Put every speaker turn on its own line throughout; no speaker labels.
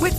With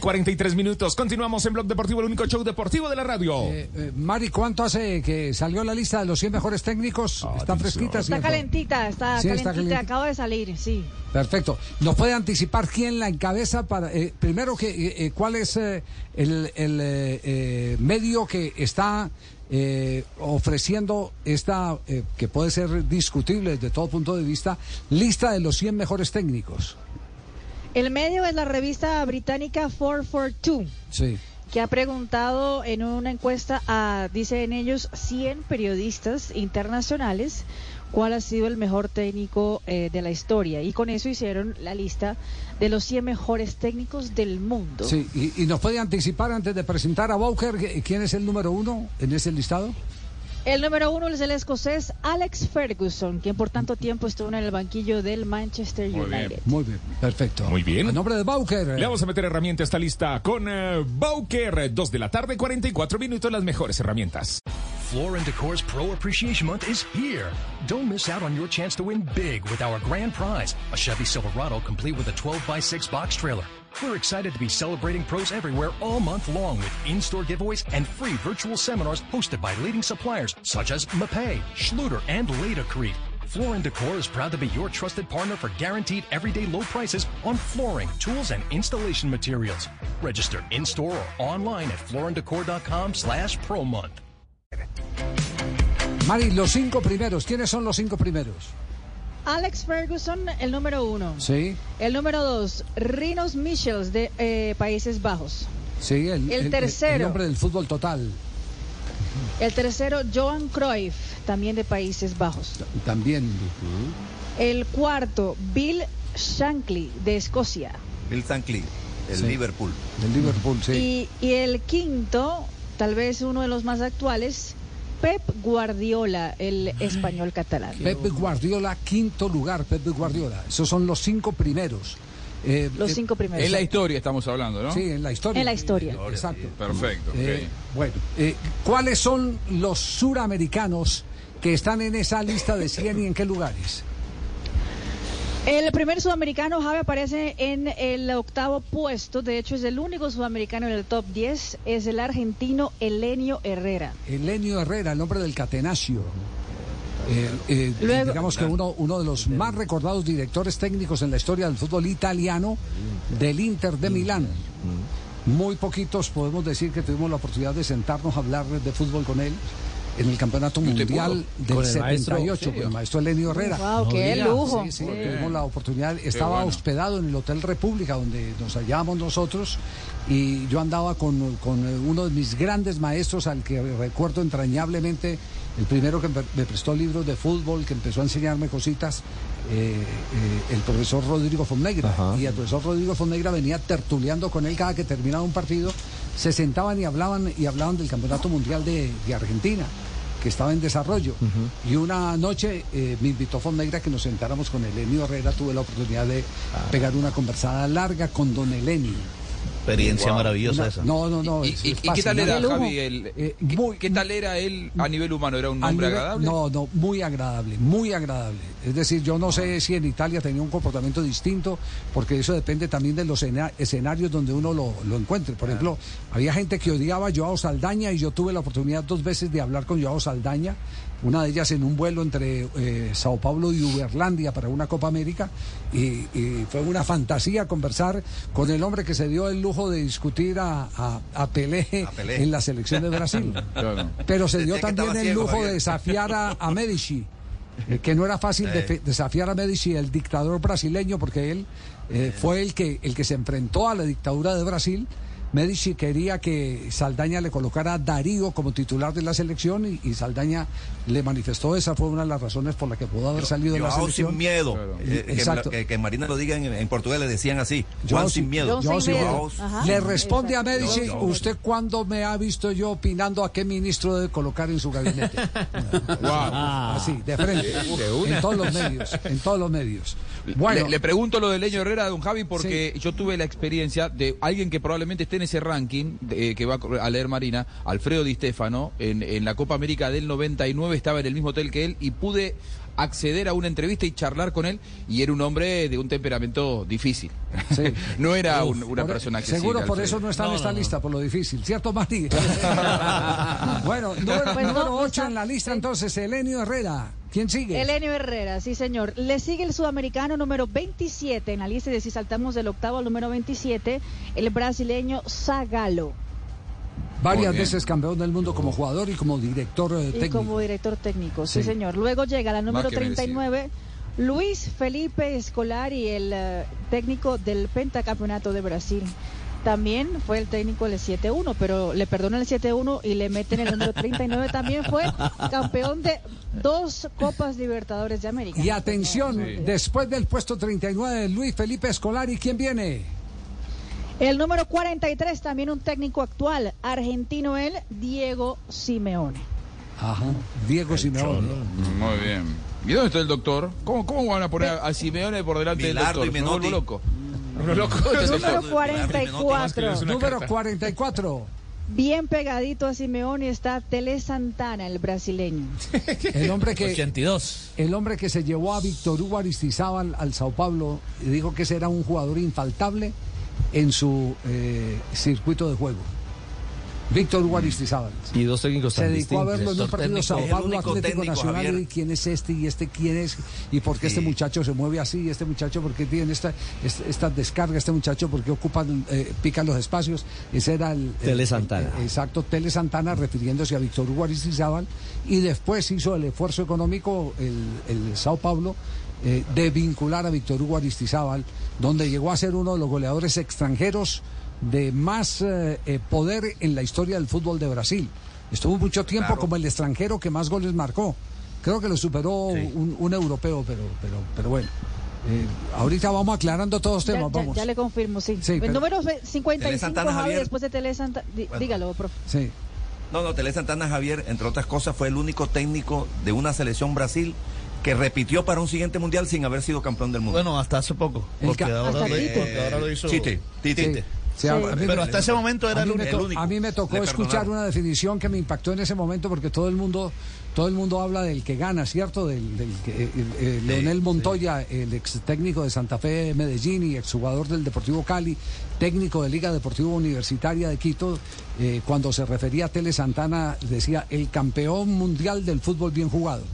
43 minutos. Continuamos en Blog Deportivo, el único show deportivo de la radio.
Eh, Mari, ¿cuánto hace que salió la lista de los 100 mejores técnicos?
Ah,
¿Están fresquitas?
Está
¿cierto?
calentita, está
Sí, está
calentita,
calentita.
acaba de salir, sí.
Perfecto. ¿Nos puede anticipar quién la encabeza para... eh, primero, que, eh, eh, ¿cuál es eh, el, el, eh, eh, medio que está eh, ofreciendo esta, eh, que puede ser discutible desde todo punto de vista, lista de los 100 mejores técnicos?
El medio es la revista británica 442,
Sí.
que ha preguntado en una encuesta a, dicen ellos, 100 periodistas internacionales cuál ha sido el mejor técnico eh, de la historia. Y con eso hicieron la lista de los 100 mejores técnicos del mundo.
Sí, y, y nos puede anticipar antes de presentar a Bowker eh, quién es el número uno en ese listado.
El número uno es el escocés Alex Ferguson, quien por tanto tiempo estuvo en el banquillo del Manchester
bien.
United.
Muy bien, perfecto.
Muy bien.
A nombre de Bowker. eh,
Le vamos a meter herramienta a esta lista con eh, Bowker. 2 de la tarde, 44 minutos, las mejores herramientas.
Floor and Decor's Pro Appreciation Month is here. Don't miss out on your chance to win big with our grand prize, a Chevy Silverado complete with a 12x6 box trailer. We're excited to be celebrating pros everywhere all month long with in-store giveaways and free virtual seminars hosted by leading suppliers such as Mapei, Schluter, and Leda Crete. Floor and Decor is proud to be your trusted partner for guaranteed everyday low prices on flooring, tools, and installation materials. Register in-store or online at flooranddecor.com slash pro month.
Mari, los cinco primeros. ¿Quiénes son los cinco primeros?
Alex Ferguson, el número uno.
Sí,
El número dos, Rinos Michels de eh, Países Bajos.
sí, el,
El tercero.
El nombre del fútbol total
El tercero, Johan Cruyff, también de Países Bajos.
también.
El cuarto, Bill Shankly de Escocia.
Bill Shankly, el
Sí.
Liverpool.
Del Liverpool, sí.
Y, y el quinto, tal vez uno de los más actuales, Pep Guardiola, el español catalán.
Pepe Guardiola, quinto lugar, Pepe Guardiola. Esos son los cinco primeros. Eh,
Los
eh,
cinco primeros.
Es la historia estamos hablando, ¿no?
Sí, en la historia.
En la historia.
Exacto.
Perfecto. ok.
Eh, bueno, eh, ¿cuáles son los suramericanos que están en esa lista de 100 y en qué lugares?
El primer sudamericano, Javi, aparece en el octavo puesto. De hecho, es el único sudamericano en el top 10. Es el argentino Elenio Herrera.
Elenio Herrera, el nombre del Catenacio. Eh, eh,
Luego-
digamos que uno, uno de los más recordados directores técnicos en la historia del fútbol italiano del Inter de Milán. Muy poquitos podemos decir que tuvimos la oportunidad de sentarnos a hablar de fútbol con él en el Campeonato Mundial del 78 con el maestro Elenio Herrera.
Guau,
No
qué
diga.
lujo.
Sí, sí,
Muy
tuvimos la oportunidad, estaba hospedado en el Hotel República donde nos hallábamos nosotros y yo andaba con, con uno de mis grandes maestros al que recuerdo entrañablemente, el primero que me me prestó libros de fútbol, que empezó a enseñarme cositas, eh, eh, el profesor Rodrigo Fonnegra. Y el profesor Rodrigo Fonnegra venía tertuleando con él cada que terminaba un partido, se sentaban y hablaban y hablaban del Campeonato Mundial de- de Argentina que estaba en desarrollo. Y una noche eh, me invitó Fonnegra que nos sentáramos con Elenio Herrera. Tuve la oportunidad de pegar una conversada larga con don Elenio.
Experiencia maravillosa
Una-
esa.
no, no, no.
¿Y,
es-
y-
es
y qué tal era,
fascinante.
Javi? el-
Eh,
¿qué,
muy-
qué tal era él a nivel humano? ¿Era un
Al
hombre
nivel-
agradable?
No, no, muy agradable, muy agradable. Es decir, yo no sé si en Italia tenía un comportamiento distinto, porque eso depende también de los ena- escenarios donde uno lo, lo encuentre. Por ejemplo, había gente que odiaba a Joao Saldaña y yo tuve la oportunidad dos veces de hablar con Joao Saldaña, una de ellas en un vuelo entre eh, Sao Paulo y Uberlandia para una Copa América, y, y fue una fantasía conversar con el hombre que se dio el lujo de discutir a, a- a Pelé,
A Pelé.
en la selección de Brasil.
Claro.
Pero se
Decía
dio
que
también
estaba
el
ciego,
lujo de
Javier.
desafiar a, a Medici, eh, que no era fácil defe- desafiar a Medici, el dictador brasileño, porque él eh, fue el que, el que se enfrentó a la dictadura de Brasil Medici quería que Saldaña le colocara a Darío como titular de la selección y, y Saldaña le manifestó esa fue una de las razones por la que pudo haber salido de la
Joao
selección.
sin miedo. Eh, que-
Exacto.
que, que Marina lo diga en, en Portugal, le decían así.
Joao
Joao sin miedo.
Joao sin miedo.
Joao-
Ajá.
Le responde a
Exacto.
Medici,
No, no.
¿usted cuándo me ha visto yo opinando a qué ministro debe colocar en su gabinete? Así, de frente.
Ah. De una.
En todos los medios, en todos los medios.
Bueno.
Bueno,
Le, le pregunto lo de Leño Herrera, don Javi, porque yo tuve la experiencia de alguien que probablemente esté en ese ranking de- eh, que va a leer Marina, Alfredo Di Stefano, en, en la Copa América del 99, estaba en el mismo hotel que él y pude acceder a una entrevista y charlar con él y era un hombre de un temperamento difícil.
Sí.
no era un- una
por-
persona accesible.
Seguro por
Alfredo.
eso no está en
No,
esta
no, no.
lista, por lo difícil, ¿cierto, Mati? bueno, número,
Pues no,
número
no
ocho
está-
en la lista entonces, Elenio Herrera. ¿Quién sigue?
Elenio Herrera, sí señor. Le sigue el sudamericano número 27 en la lista de si saltamos del octavo al número 27, el brasileño Zagalo.
Varias
Muy bien.
veces campeón del mundo como jugador y como director eh,
Y
técnico.
como director técnico, sí,
Sí.
señor. Luego llega la número
que merecido.
39, Luis Felipe Escolar y el eh, técnico del pentacampeonato de Brasil. También fue el técnico del 7-1, pero le perdonan el 7-1 y le meten el número 39. También fue campeón de dos Copas Libertadores de América.
Y atención, después del puesto 39 de Luis Felipe Escolari, ¿quién viene?
El número 43, también un técnico actual, argentino él, Diego Simeone.
Ajá, Diego Simeone.
Muy bien. ¿Y dónde está el doctor? ¿Cómo, cómo van a poner a Simeone por delante
Bilardo y
del doctor? Se
Menotti.
vuelve loco.
Número 44.
Número 44.
Bien pegadito a Simeone está Tele Santana, el brasileño.
El hombre que,
82.
el hombre que se llevó a Víctor Hugo Aristizábal al Sao Paulo y dijo que ese era un jugador infaltable en su eh, circuito de juego. Víctor Hugo Aristizábal.
Y dos técnicos
Se
tan
dedicó a
distintos.
verlo en un
Director
partido
técnico.
Sao
Es el
Paulo
único
Atlético
técnico,
Nacional
Javier.
y quién es este y este quién es y por qué este
Sí.
muchacho se mueve así y este muchacho por qué tiene esta, es- esta descarga este muchacho por qué ocupan eh, pican los espacios ese era el el-
Tele Santana.
el- el- exacto Tele Santana refiriéndose a Víctor Hugo Aristizábal y después hizo el esfuerzo económico el, el Sao Paulo eh, de vincular a Víctor Hugo Aristizábal donde llegó a ser uno de los goleadores extranjeros de más eh, eh, poder en la historia del fútbol de Brasil. Estuvo mucho tiempo
Claro.
como el extranjero que más goles marcó. Creo que lo superó
Sí.
un, un europeo, pero, pero, pero bueno. Eh, ahorita vamos aclarando todos los
Ya,
temas.
ya-
vamos.
ya le confirmo, sí.
Sí,
el
pero-
número ve- 55,
Tele Santana,
Javi,
Javier.
después de Tele Santana.
Bueno.
Dígalo, profe.
Sí.
No, no, Tele Santana Javier, entre otras cosas, fue el único técnico de una selección Brasil que repitió para un siguiente mundial sin haber sido campeón del mundo.
Bueno, hasta hace poco.
El
Porque
ca-
ahora,
Hasta
lo-
Tite.
porque ahora lo hizo.
Chite, Tite.
Sí. Sí, a- a mí me-
Pero hasta ese momento era
a mí
el
me
único.
to-
el único.
A mí me tocó
Le
escuchar
perdonaron.
una definición que me impactó en ese momento porque todo el mundo, todo el mundo habla del que gana, ¿cierto? Del, del que- eh, eh, Leonel Montoya, el ex técnico de Santa Fe de Medellín y exjugador del Deportivo Cali, técnico de Liga Deportiva Universitaria de Quito, eh, cuando se refería a Tele Santana decía el campeón mundial del fútbol bien jugado.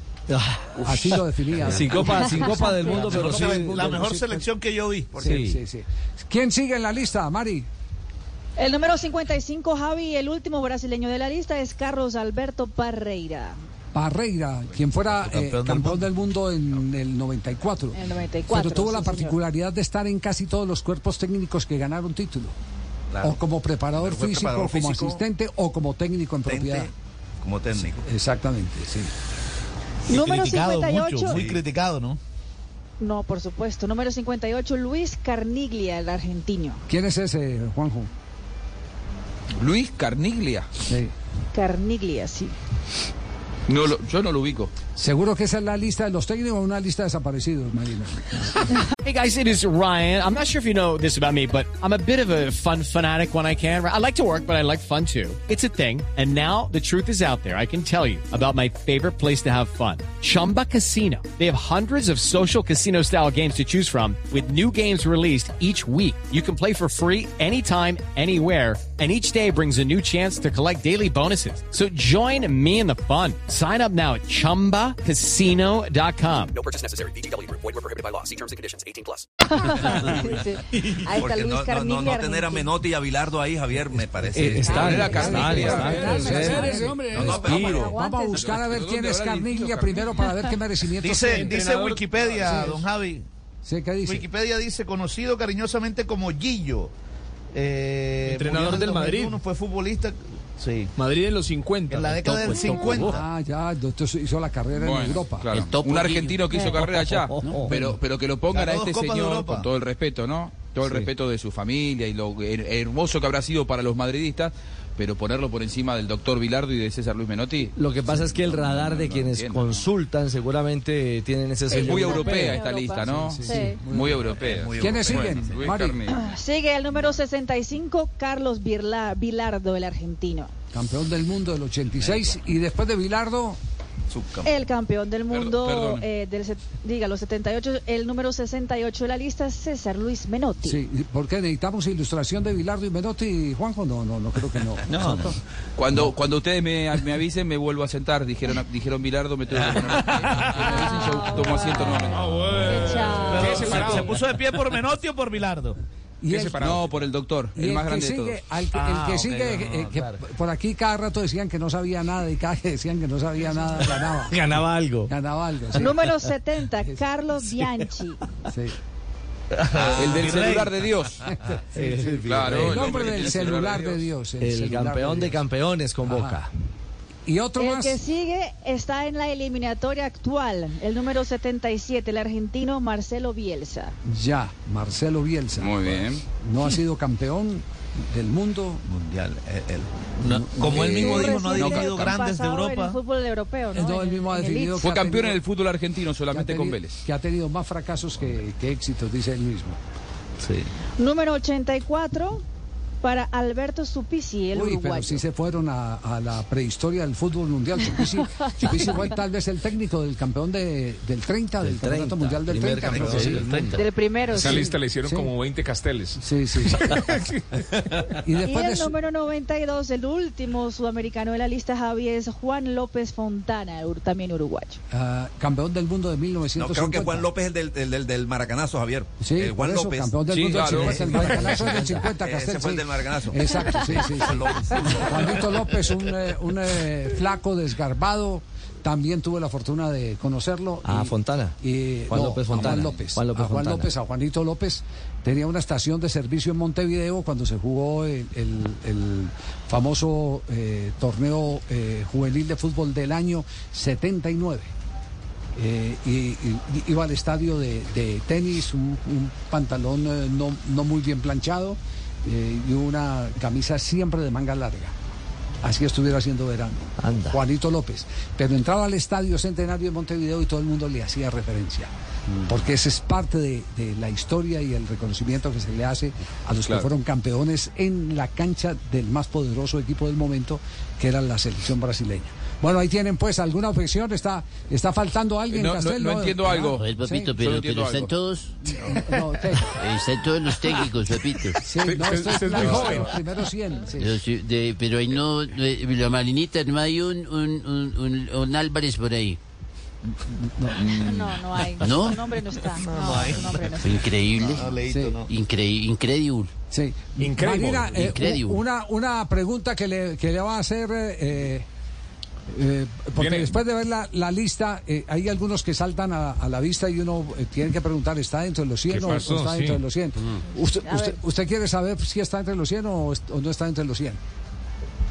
Así lo definía.
Sin copa, sin copa del mundo, pero sí.
la mejor selección que yo vi. por
Sí, sí, sí. ¿Quién sigue en la lista, Mari?
El número 55, Javi, el último brasileño de la lista es Carlos Alberto Parreira.
Parreira, quien fuera eh,
Campeón
campeón,
del
del mundo en el 94.
En el 94,
Pero tuvo
sí,
la
señor.
particularidad de estar en casi todos los cuerpos técnicos que ganaron título.
Claro.
O como preparador
Pero fue
físico,
preparador
como
físico,
asistente o como técnico en
Tente
propiedad.
como técnico.
Exactamente, sí.
Y
número
criticado
58.
mucho, muy
Sí.
criticado, ¿no?
No, por supuesto. Número 58, Luis Carniglia, el argentino.
¿Quién es ese, Juanjo?
Luis Carniglia.
Sí.
Carniglia, sí.
No lo- yo no lo ubico.
Seguro que esa es la lista de los técnicos o una lista de desaparecidos, Marina.
Hey guys, it is Ryan. I'm not sure if you know this about me, but I'm a bit of a fun fanatic when I can. I like to work, but I like fun too. It's a thing. And now the truth is out there. I can tell you about my favorite place to have fun Chumba Casino. They have hundreds of social casino style games to choose from, with new games released each week. You can play for free anytime, anywhere. And each day brings a new chance to collect daily bonuses. So join me in the fun. Sign up now at chumbacasino.com.
Ahí está
Porque
Luis
no, no,
Carniglia.
no, no tener a
argentino.
Menotti y a Bilardo ahí, Javier, me parece.
Está,
Era
está, está,
Carniglia.
está, está.
No, no, pero-
Vamos a
Aguantes.
buscar a ver
¿Pero
quién
dónde
es
habrá el
Carniglia
título,
primero para ver qué merecimiento
Dice, dice
Entrenador-
Wikipedia, don Javi.
Sí, ¿qué dice?
Wikipedia dice, conocido cariñosamente como Gillo. Eh,
entrenador
murió en el
del Madrid.
2001, fue futbolista. Sí.
Madrid en los 50.
En la década del 50.
Ah, ya, entonces hizo la carrera
Bueno,
en Europa.
claro. un argentino que hizo carrera allá, pero, pero que lo pongan
Ganó
a
dos
este
Copas de
señor,
Europa.
con todo el respeto, ¿no? Todo el respeto de su familia y lo her- hermoso que habrá sido para los madridistas, pero ponerlo por encima del doctor Vilardo y de César Luis Menotti.
Lo que pasa es que el radar de quienes consultan seguramente tienen ese
Es
sello.
muy europea esta lista, ¿no?
Sí,
sí, sí.
Muy europea.
¿Quiénes
Bueno,
siguen?
Luis
Mari.
Carni.
Sigue el número 65, Carlos Virla- Vilardo, el argentino.
Campeón del mundo del 86 y después de Bilardo.
El campeón del mundo
perdón.
eh, del set- diga, los 78, el número 68 de la lista, César Luis Menotti.
Sí, porque necesitamos ilustración de Bilardo y Menotti. Juanjo, no, no, no creo que no.
No, no. Cuando, cuando ustedes me, me avisen, me vuelvo a sentar. Dijeron, dijeron Bilardo, me tuve que poner. Yo tomo asiento nuevamente.
Ah,
Pero, ¿se, se puso de pie por Menotti o por Bilardo?
Y el-
No, por el doctor,
Y
el más grande
que
de
sigue,
todos.
al que- el
Ah,
que
ok,
sigue,
no,
eh,
no,
que
claro.
p- por aquí cada rato decían que no sabía nada y cada que decían que no sabía nada, ganaba.
Ganaba algo.
Ganaba algo. sí.
Número 70, Carlos Bianchi.
Sí.
el del
mi
celular
rey.
de Dios.
Sí, sí, sí.
Claro,
El hombre
que
del
tiene
celular de
Dios.
El, campeón de, campeones con Boca.
Y otro
El que sigue está en la eliminatoria actual, el número 77, el argentino Marcelo Bielsa.
Ya, Marcelo Bielsa.
Muy bien.
No ha sido campeón del mundo.
Mundial.
como él mismo dijo,
Recién el pasado En el fútbol europeo, ¿no?
No, él mismo ha
En el
definido
Leeds.
Fue
que ha
campeón
tenido-
en el fútbol argentino solamente
que ha
con
teni-
Vélez.
Que ha tenido más fracasos que, que éxitos, dice él mismo.
Sí.
Número 84 para Alberto Supici, el
Uy, pero
uruguayo.
sí se fueron a, a la prehistoria del fútbol mundial. Chupici, Chupici fue tal vez el técnico del campeón de- del 30, del, campeonato mundial del
primer
30.
campeón
creo que sí.
del 30.
Del primero,
Esa
sí.
lista le hicieron
Sí.
como 20 casteles.
Sí, sí. y
Y
después de
el
su-
número 92, el último sudamericano de la lista, Javi, es Juan López Fontana, ur- también uruguayo.
ah, campeón del mundo de
No,
1950.
creo que Juan López es el del, el del, del Maracanazo, Javier.
Sí,
Eh, Juan
por eso,
López. Eh,
campeón del mundo del 50, el Maracanazo es del 50,
Ese
Castel,
fue el
sí.
del Maracanazo.
Exacto, sí, sí. sí.
Juan López.
Juanito López, un, eh, un, eh, flaco desgarbado. También tuve la fortuna de conocerlo.
Ah,
y-
Fontana.
y-
Juan
no,
López
a
Fontana.
Juan López.
Juan López
a Juan
Fontana.
López, a Juanito López. Tenía una estación de servicio en Montevideo cuando se jugó el, el- el famoso eh, torneo eh, juvenil de fútbol del año 79. Eh, y, y- y iba al estadio de, de tenis, un, un pantalón eh, no, no muy bien planchado eh, y una camisa siempre de manga larga. Así estuviera haciendo verano. Juanito López. Pero entraba al estadio centenario de Montevideo y todo el mundo le hacía referencia.
Mm.
Porque esa es parte de, de la historia y el reconocimiento que se le hace a los
Claro.
que fueron campeones en la cancha del más poderoso equipo del momento, que era la selección brasileña. Bueno, ahí tienen pues alguna objeción. Está, está faltando alguien.
No, no-
Castel?
no entiendo
Ah,
algo.
pues,
Joder, papito, pero,
Sí. Yo
pero
entiendo
están
algo.
todos.
No, usted-
Están todos los técnicos, papito.
Sí, no, usted es muy joven, primero 100. sí.
Pero, sí, de- pero ahí no, de- la marinita, no hay un, un, un, un- un Álvarez por ahí.
No, no hay.
¿No?
Su nombre no está. No, su nombre no está.
Increíble.
No, Leito, no.
Increí- increíble.
Sí. Marina, eh, u- una, una pregunta que le, que le va a hacer, eh, eh, eh, porque
Viene-
después de ver la, la lista, eh, hay algunos que saltan a, a la vista y uno eh, tiene que preguntar, ¿está dentro de los 100
¿Qué
o, o
pasó?
está
Sí.
dentro de los 100?
Mm.
Usted,
A
usted-
ver.
usted quiere saber si está entre los 100 o, est- o no está entre los 100?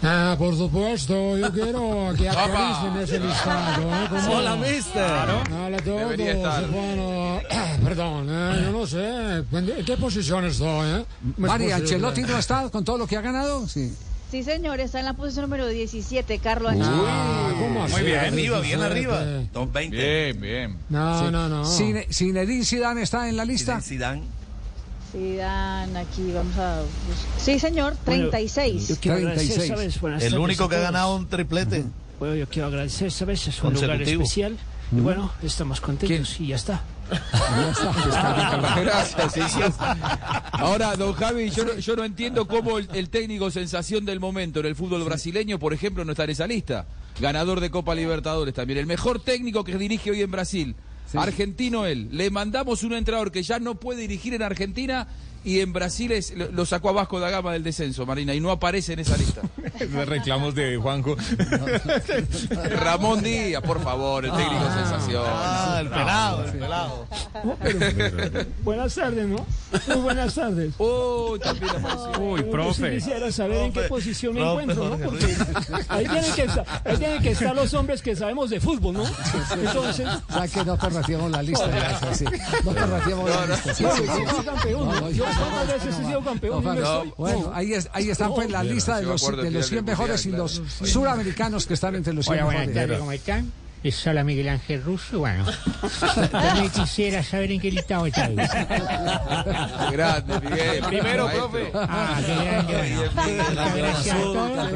Ah, por supuesto, yo quiero que
¡Apa!
actualicen ese listado. ¿eh? ¿Cómo
Hola,
no?
mister.
Claro. Hola a todos.
Debería estar.
Bueno, perdón, ¿eh? yo no sé. ¿En qué posición estoy? Eh? ¿Cómo es posible?
María, ¿Ancelotti no está con todo lo que ha ganado? Sí.
Sí, señor, está en la posición número 17, Carlos
Uy.
Ancelotti.
Ah, así?
Arriba, bien
Suerte.
arriba.
eh.
Top 20.
Bien, bien.
No,
Sí.
no, no.
Zine- Zinedine Zidane está en la lista.
Sí, Dan, aquí vamos a... Sí, señor, 36.
yo quiero agradecer, 36.
¿sabes? Buenas
El
tardes
único
a
que ha
todos.
ganado un triplete.
Bueno, yo quiero agradecer, ¿sabes? Es un lugar
Consecutivo.
especial. Y bueno, estamos contentos y ya está.
Gracias, sí, sí. Ahora, don Javi, yo, no- yo no entiendo cómo el, el técnico sensación del momento en el fútbol brasileño, por ejemplo, no está en esa lista. Ganador de Copa Libertadores también. El mejor técnico que dirige hoy en Brasil. Argentino él. Le mandamos un entrenador que ya no puede dirigir en Argentina
y en Brasil es, lo, lo sacó a Vasco da Gama del descenso, Marina, y no aparece en esa lista.
reclamos de Juanjo.
Ramón Díaz, por favor, el técnico sensación.
Ah, el pelado, el pelado.
Buenas tardes, ¿no? Muy buenas tardes.
Uy,
Uy,
profe.
quisiera saber en qué
Profe,
posición me
profe,
encuentro, ¿no?
Jorge
Porque ahí tienen, que estar, ahí tienen que estar los hombres que sabemos de fútbol, ¿no? Entonces,
Ya que no perrateamos la lista, gracias, sí. No perrateamos la lista, sí, sí, sí.
soy campeón.
No, no,
yo
no,
cuántas veces he sido campeón.
No,
y no
no,
estoy-
bueno, ahí, es- ahí están pues la
No,
lista de
sí me
los,
acuerdo
de
el
los
día del
100 mejores y
Mundial,
los
claro.
suramericanos que están entre los 100
Hola, buenas tardes,
mejores.
¿cómo están? Les habla Miguel Ángel Russo. Bueno, también quisiera saber en qué listado está.
Grande, Miguel.
Primero,
Maestro.
profe. Ah, qué grande, bueno. Muchas gracias a todos.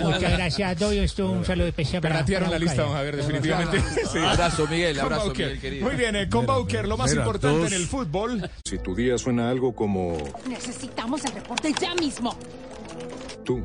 Muchas gracias a todos. Esto es un saludo especial para
Ratearon la
para
lista,
Bucayo.
don Javier, definitivamente. Sí.
Abrazo, Miguel,
Con
abrazo,
Bauker.
Miguel, querido.
Muy bien, eh, con Bauker, lo más
mira,
importante
dos.
en el fútbol.
Si tu día suena algo como
Necesitamos el reporte ya mismo.
tú.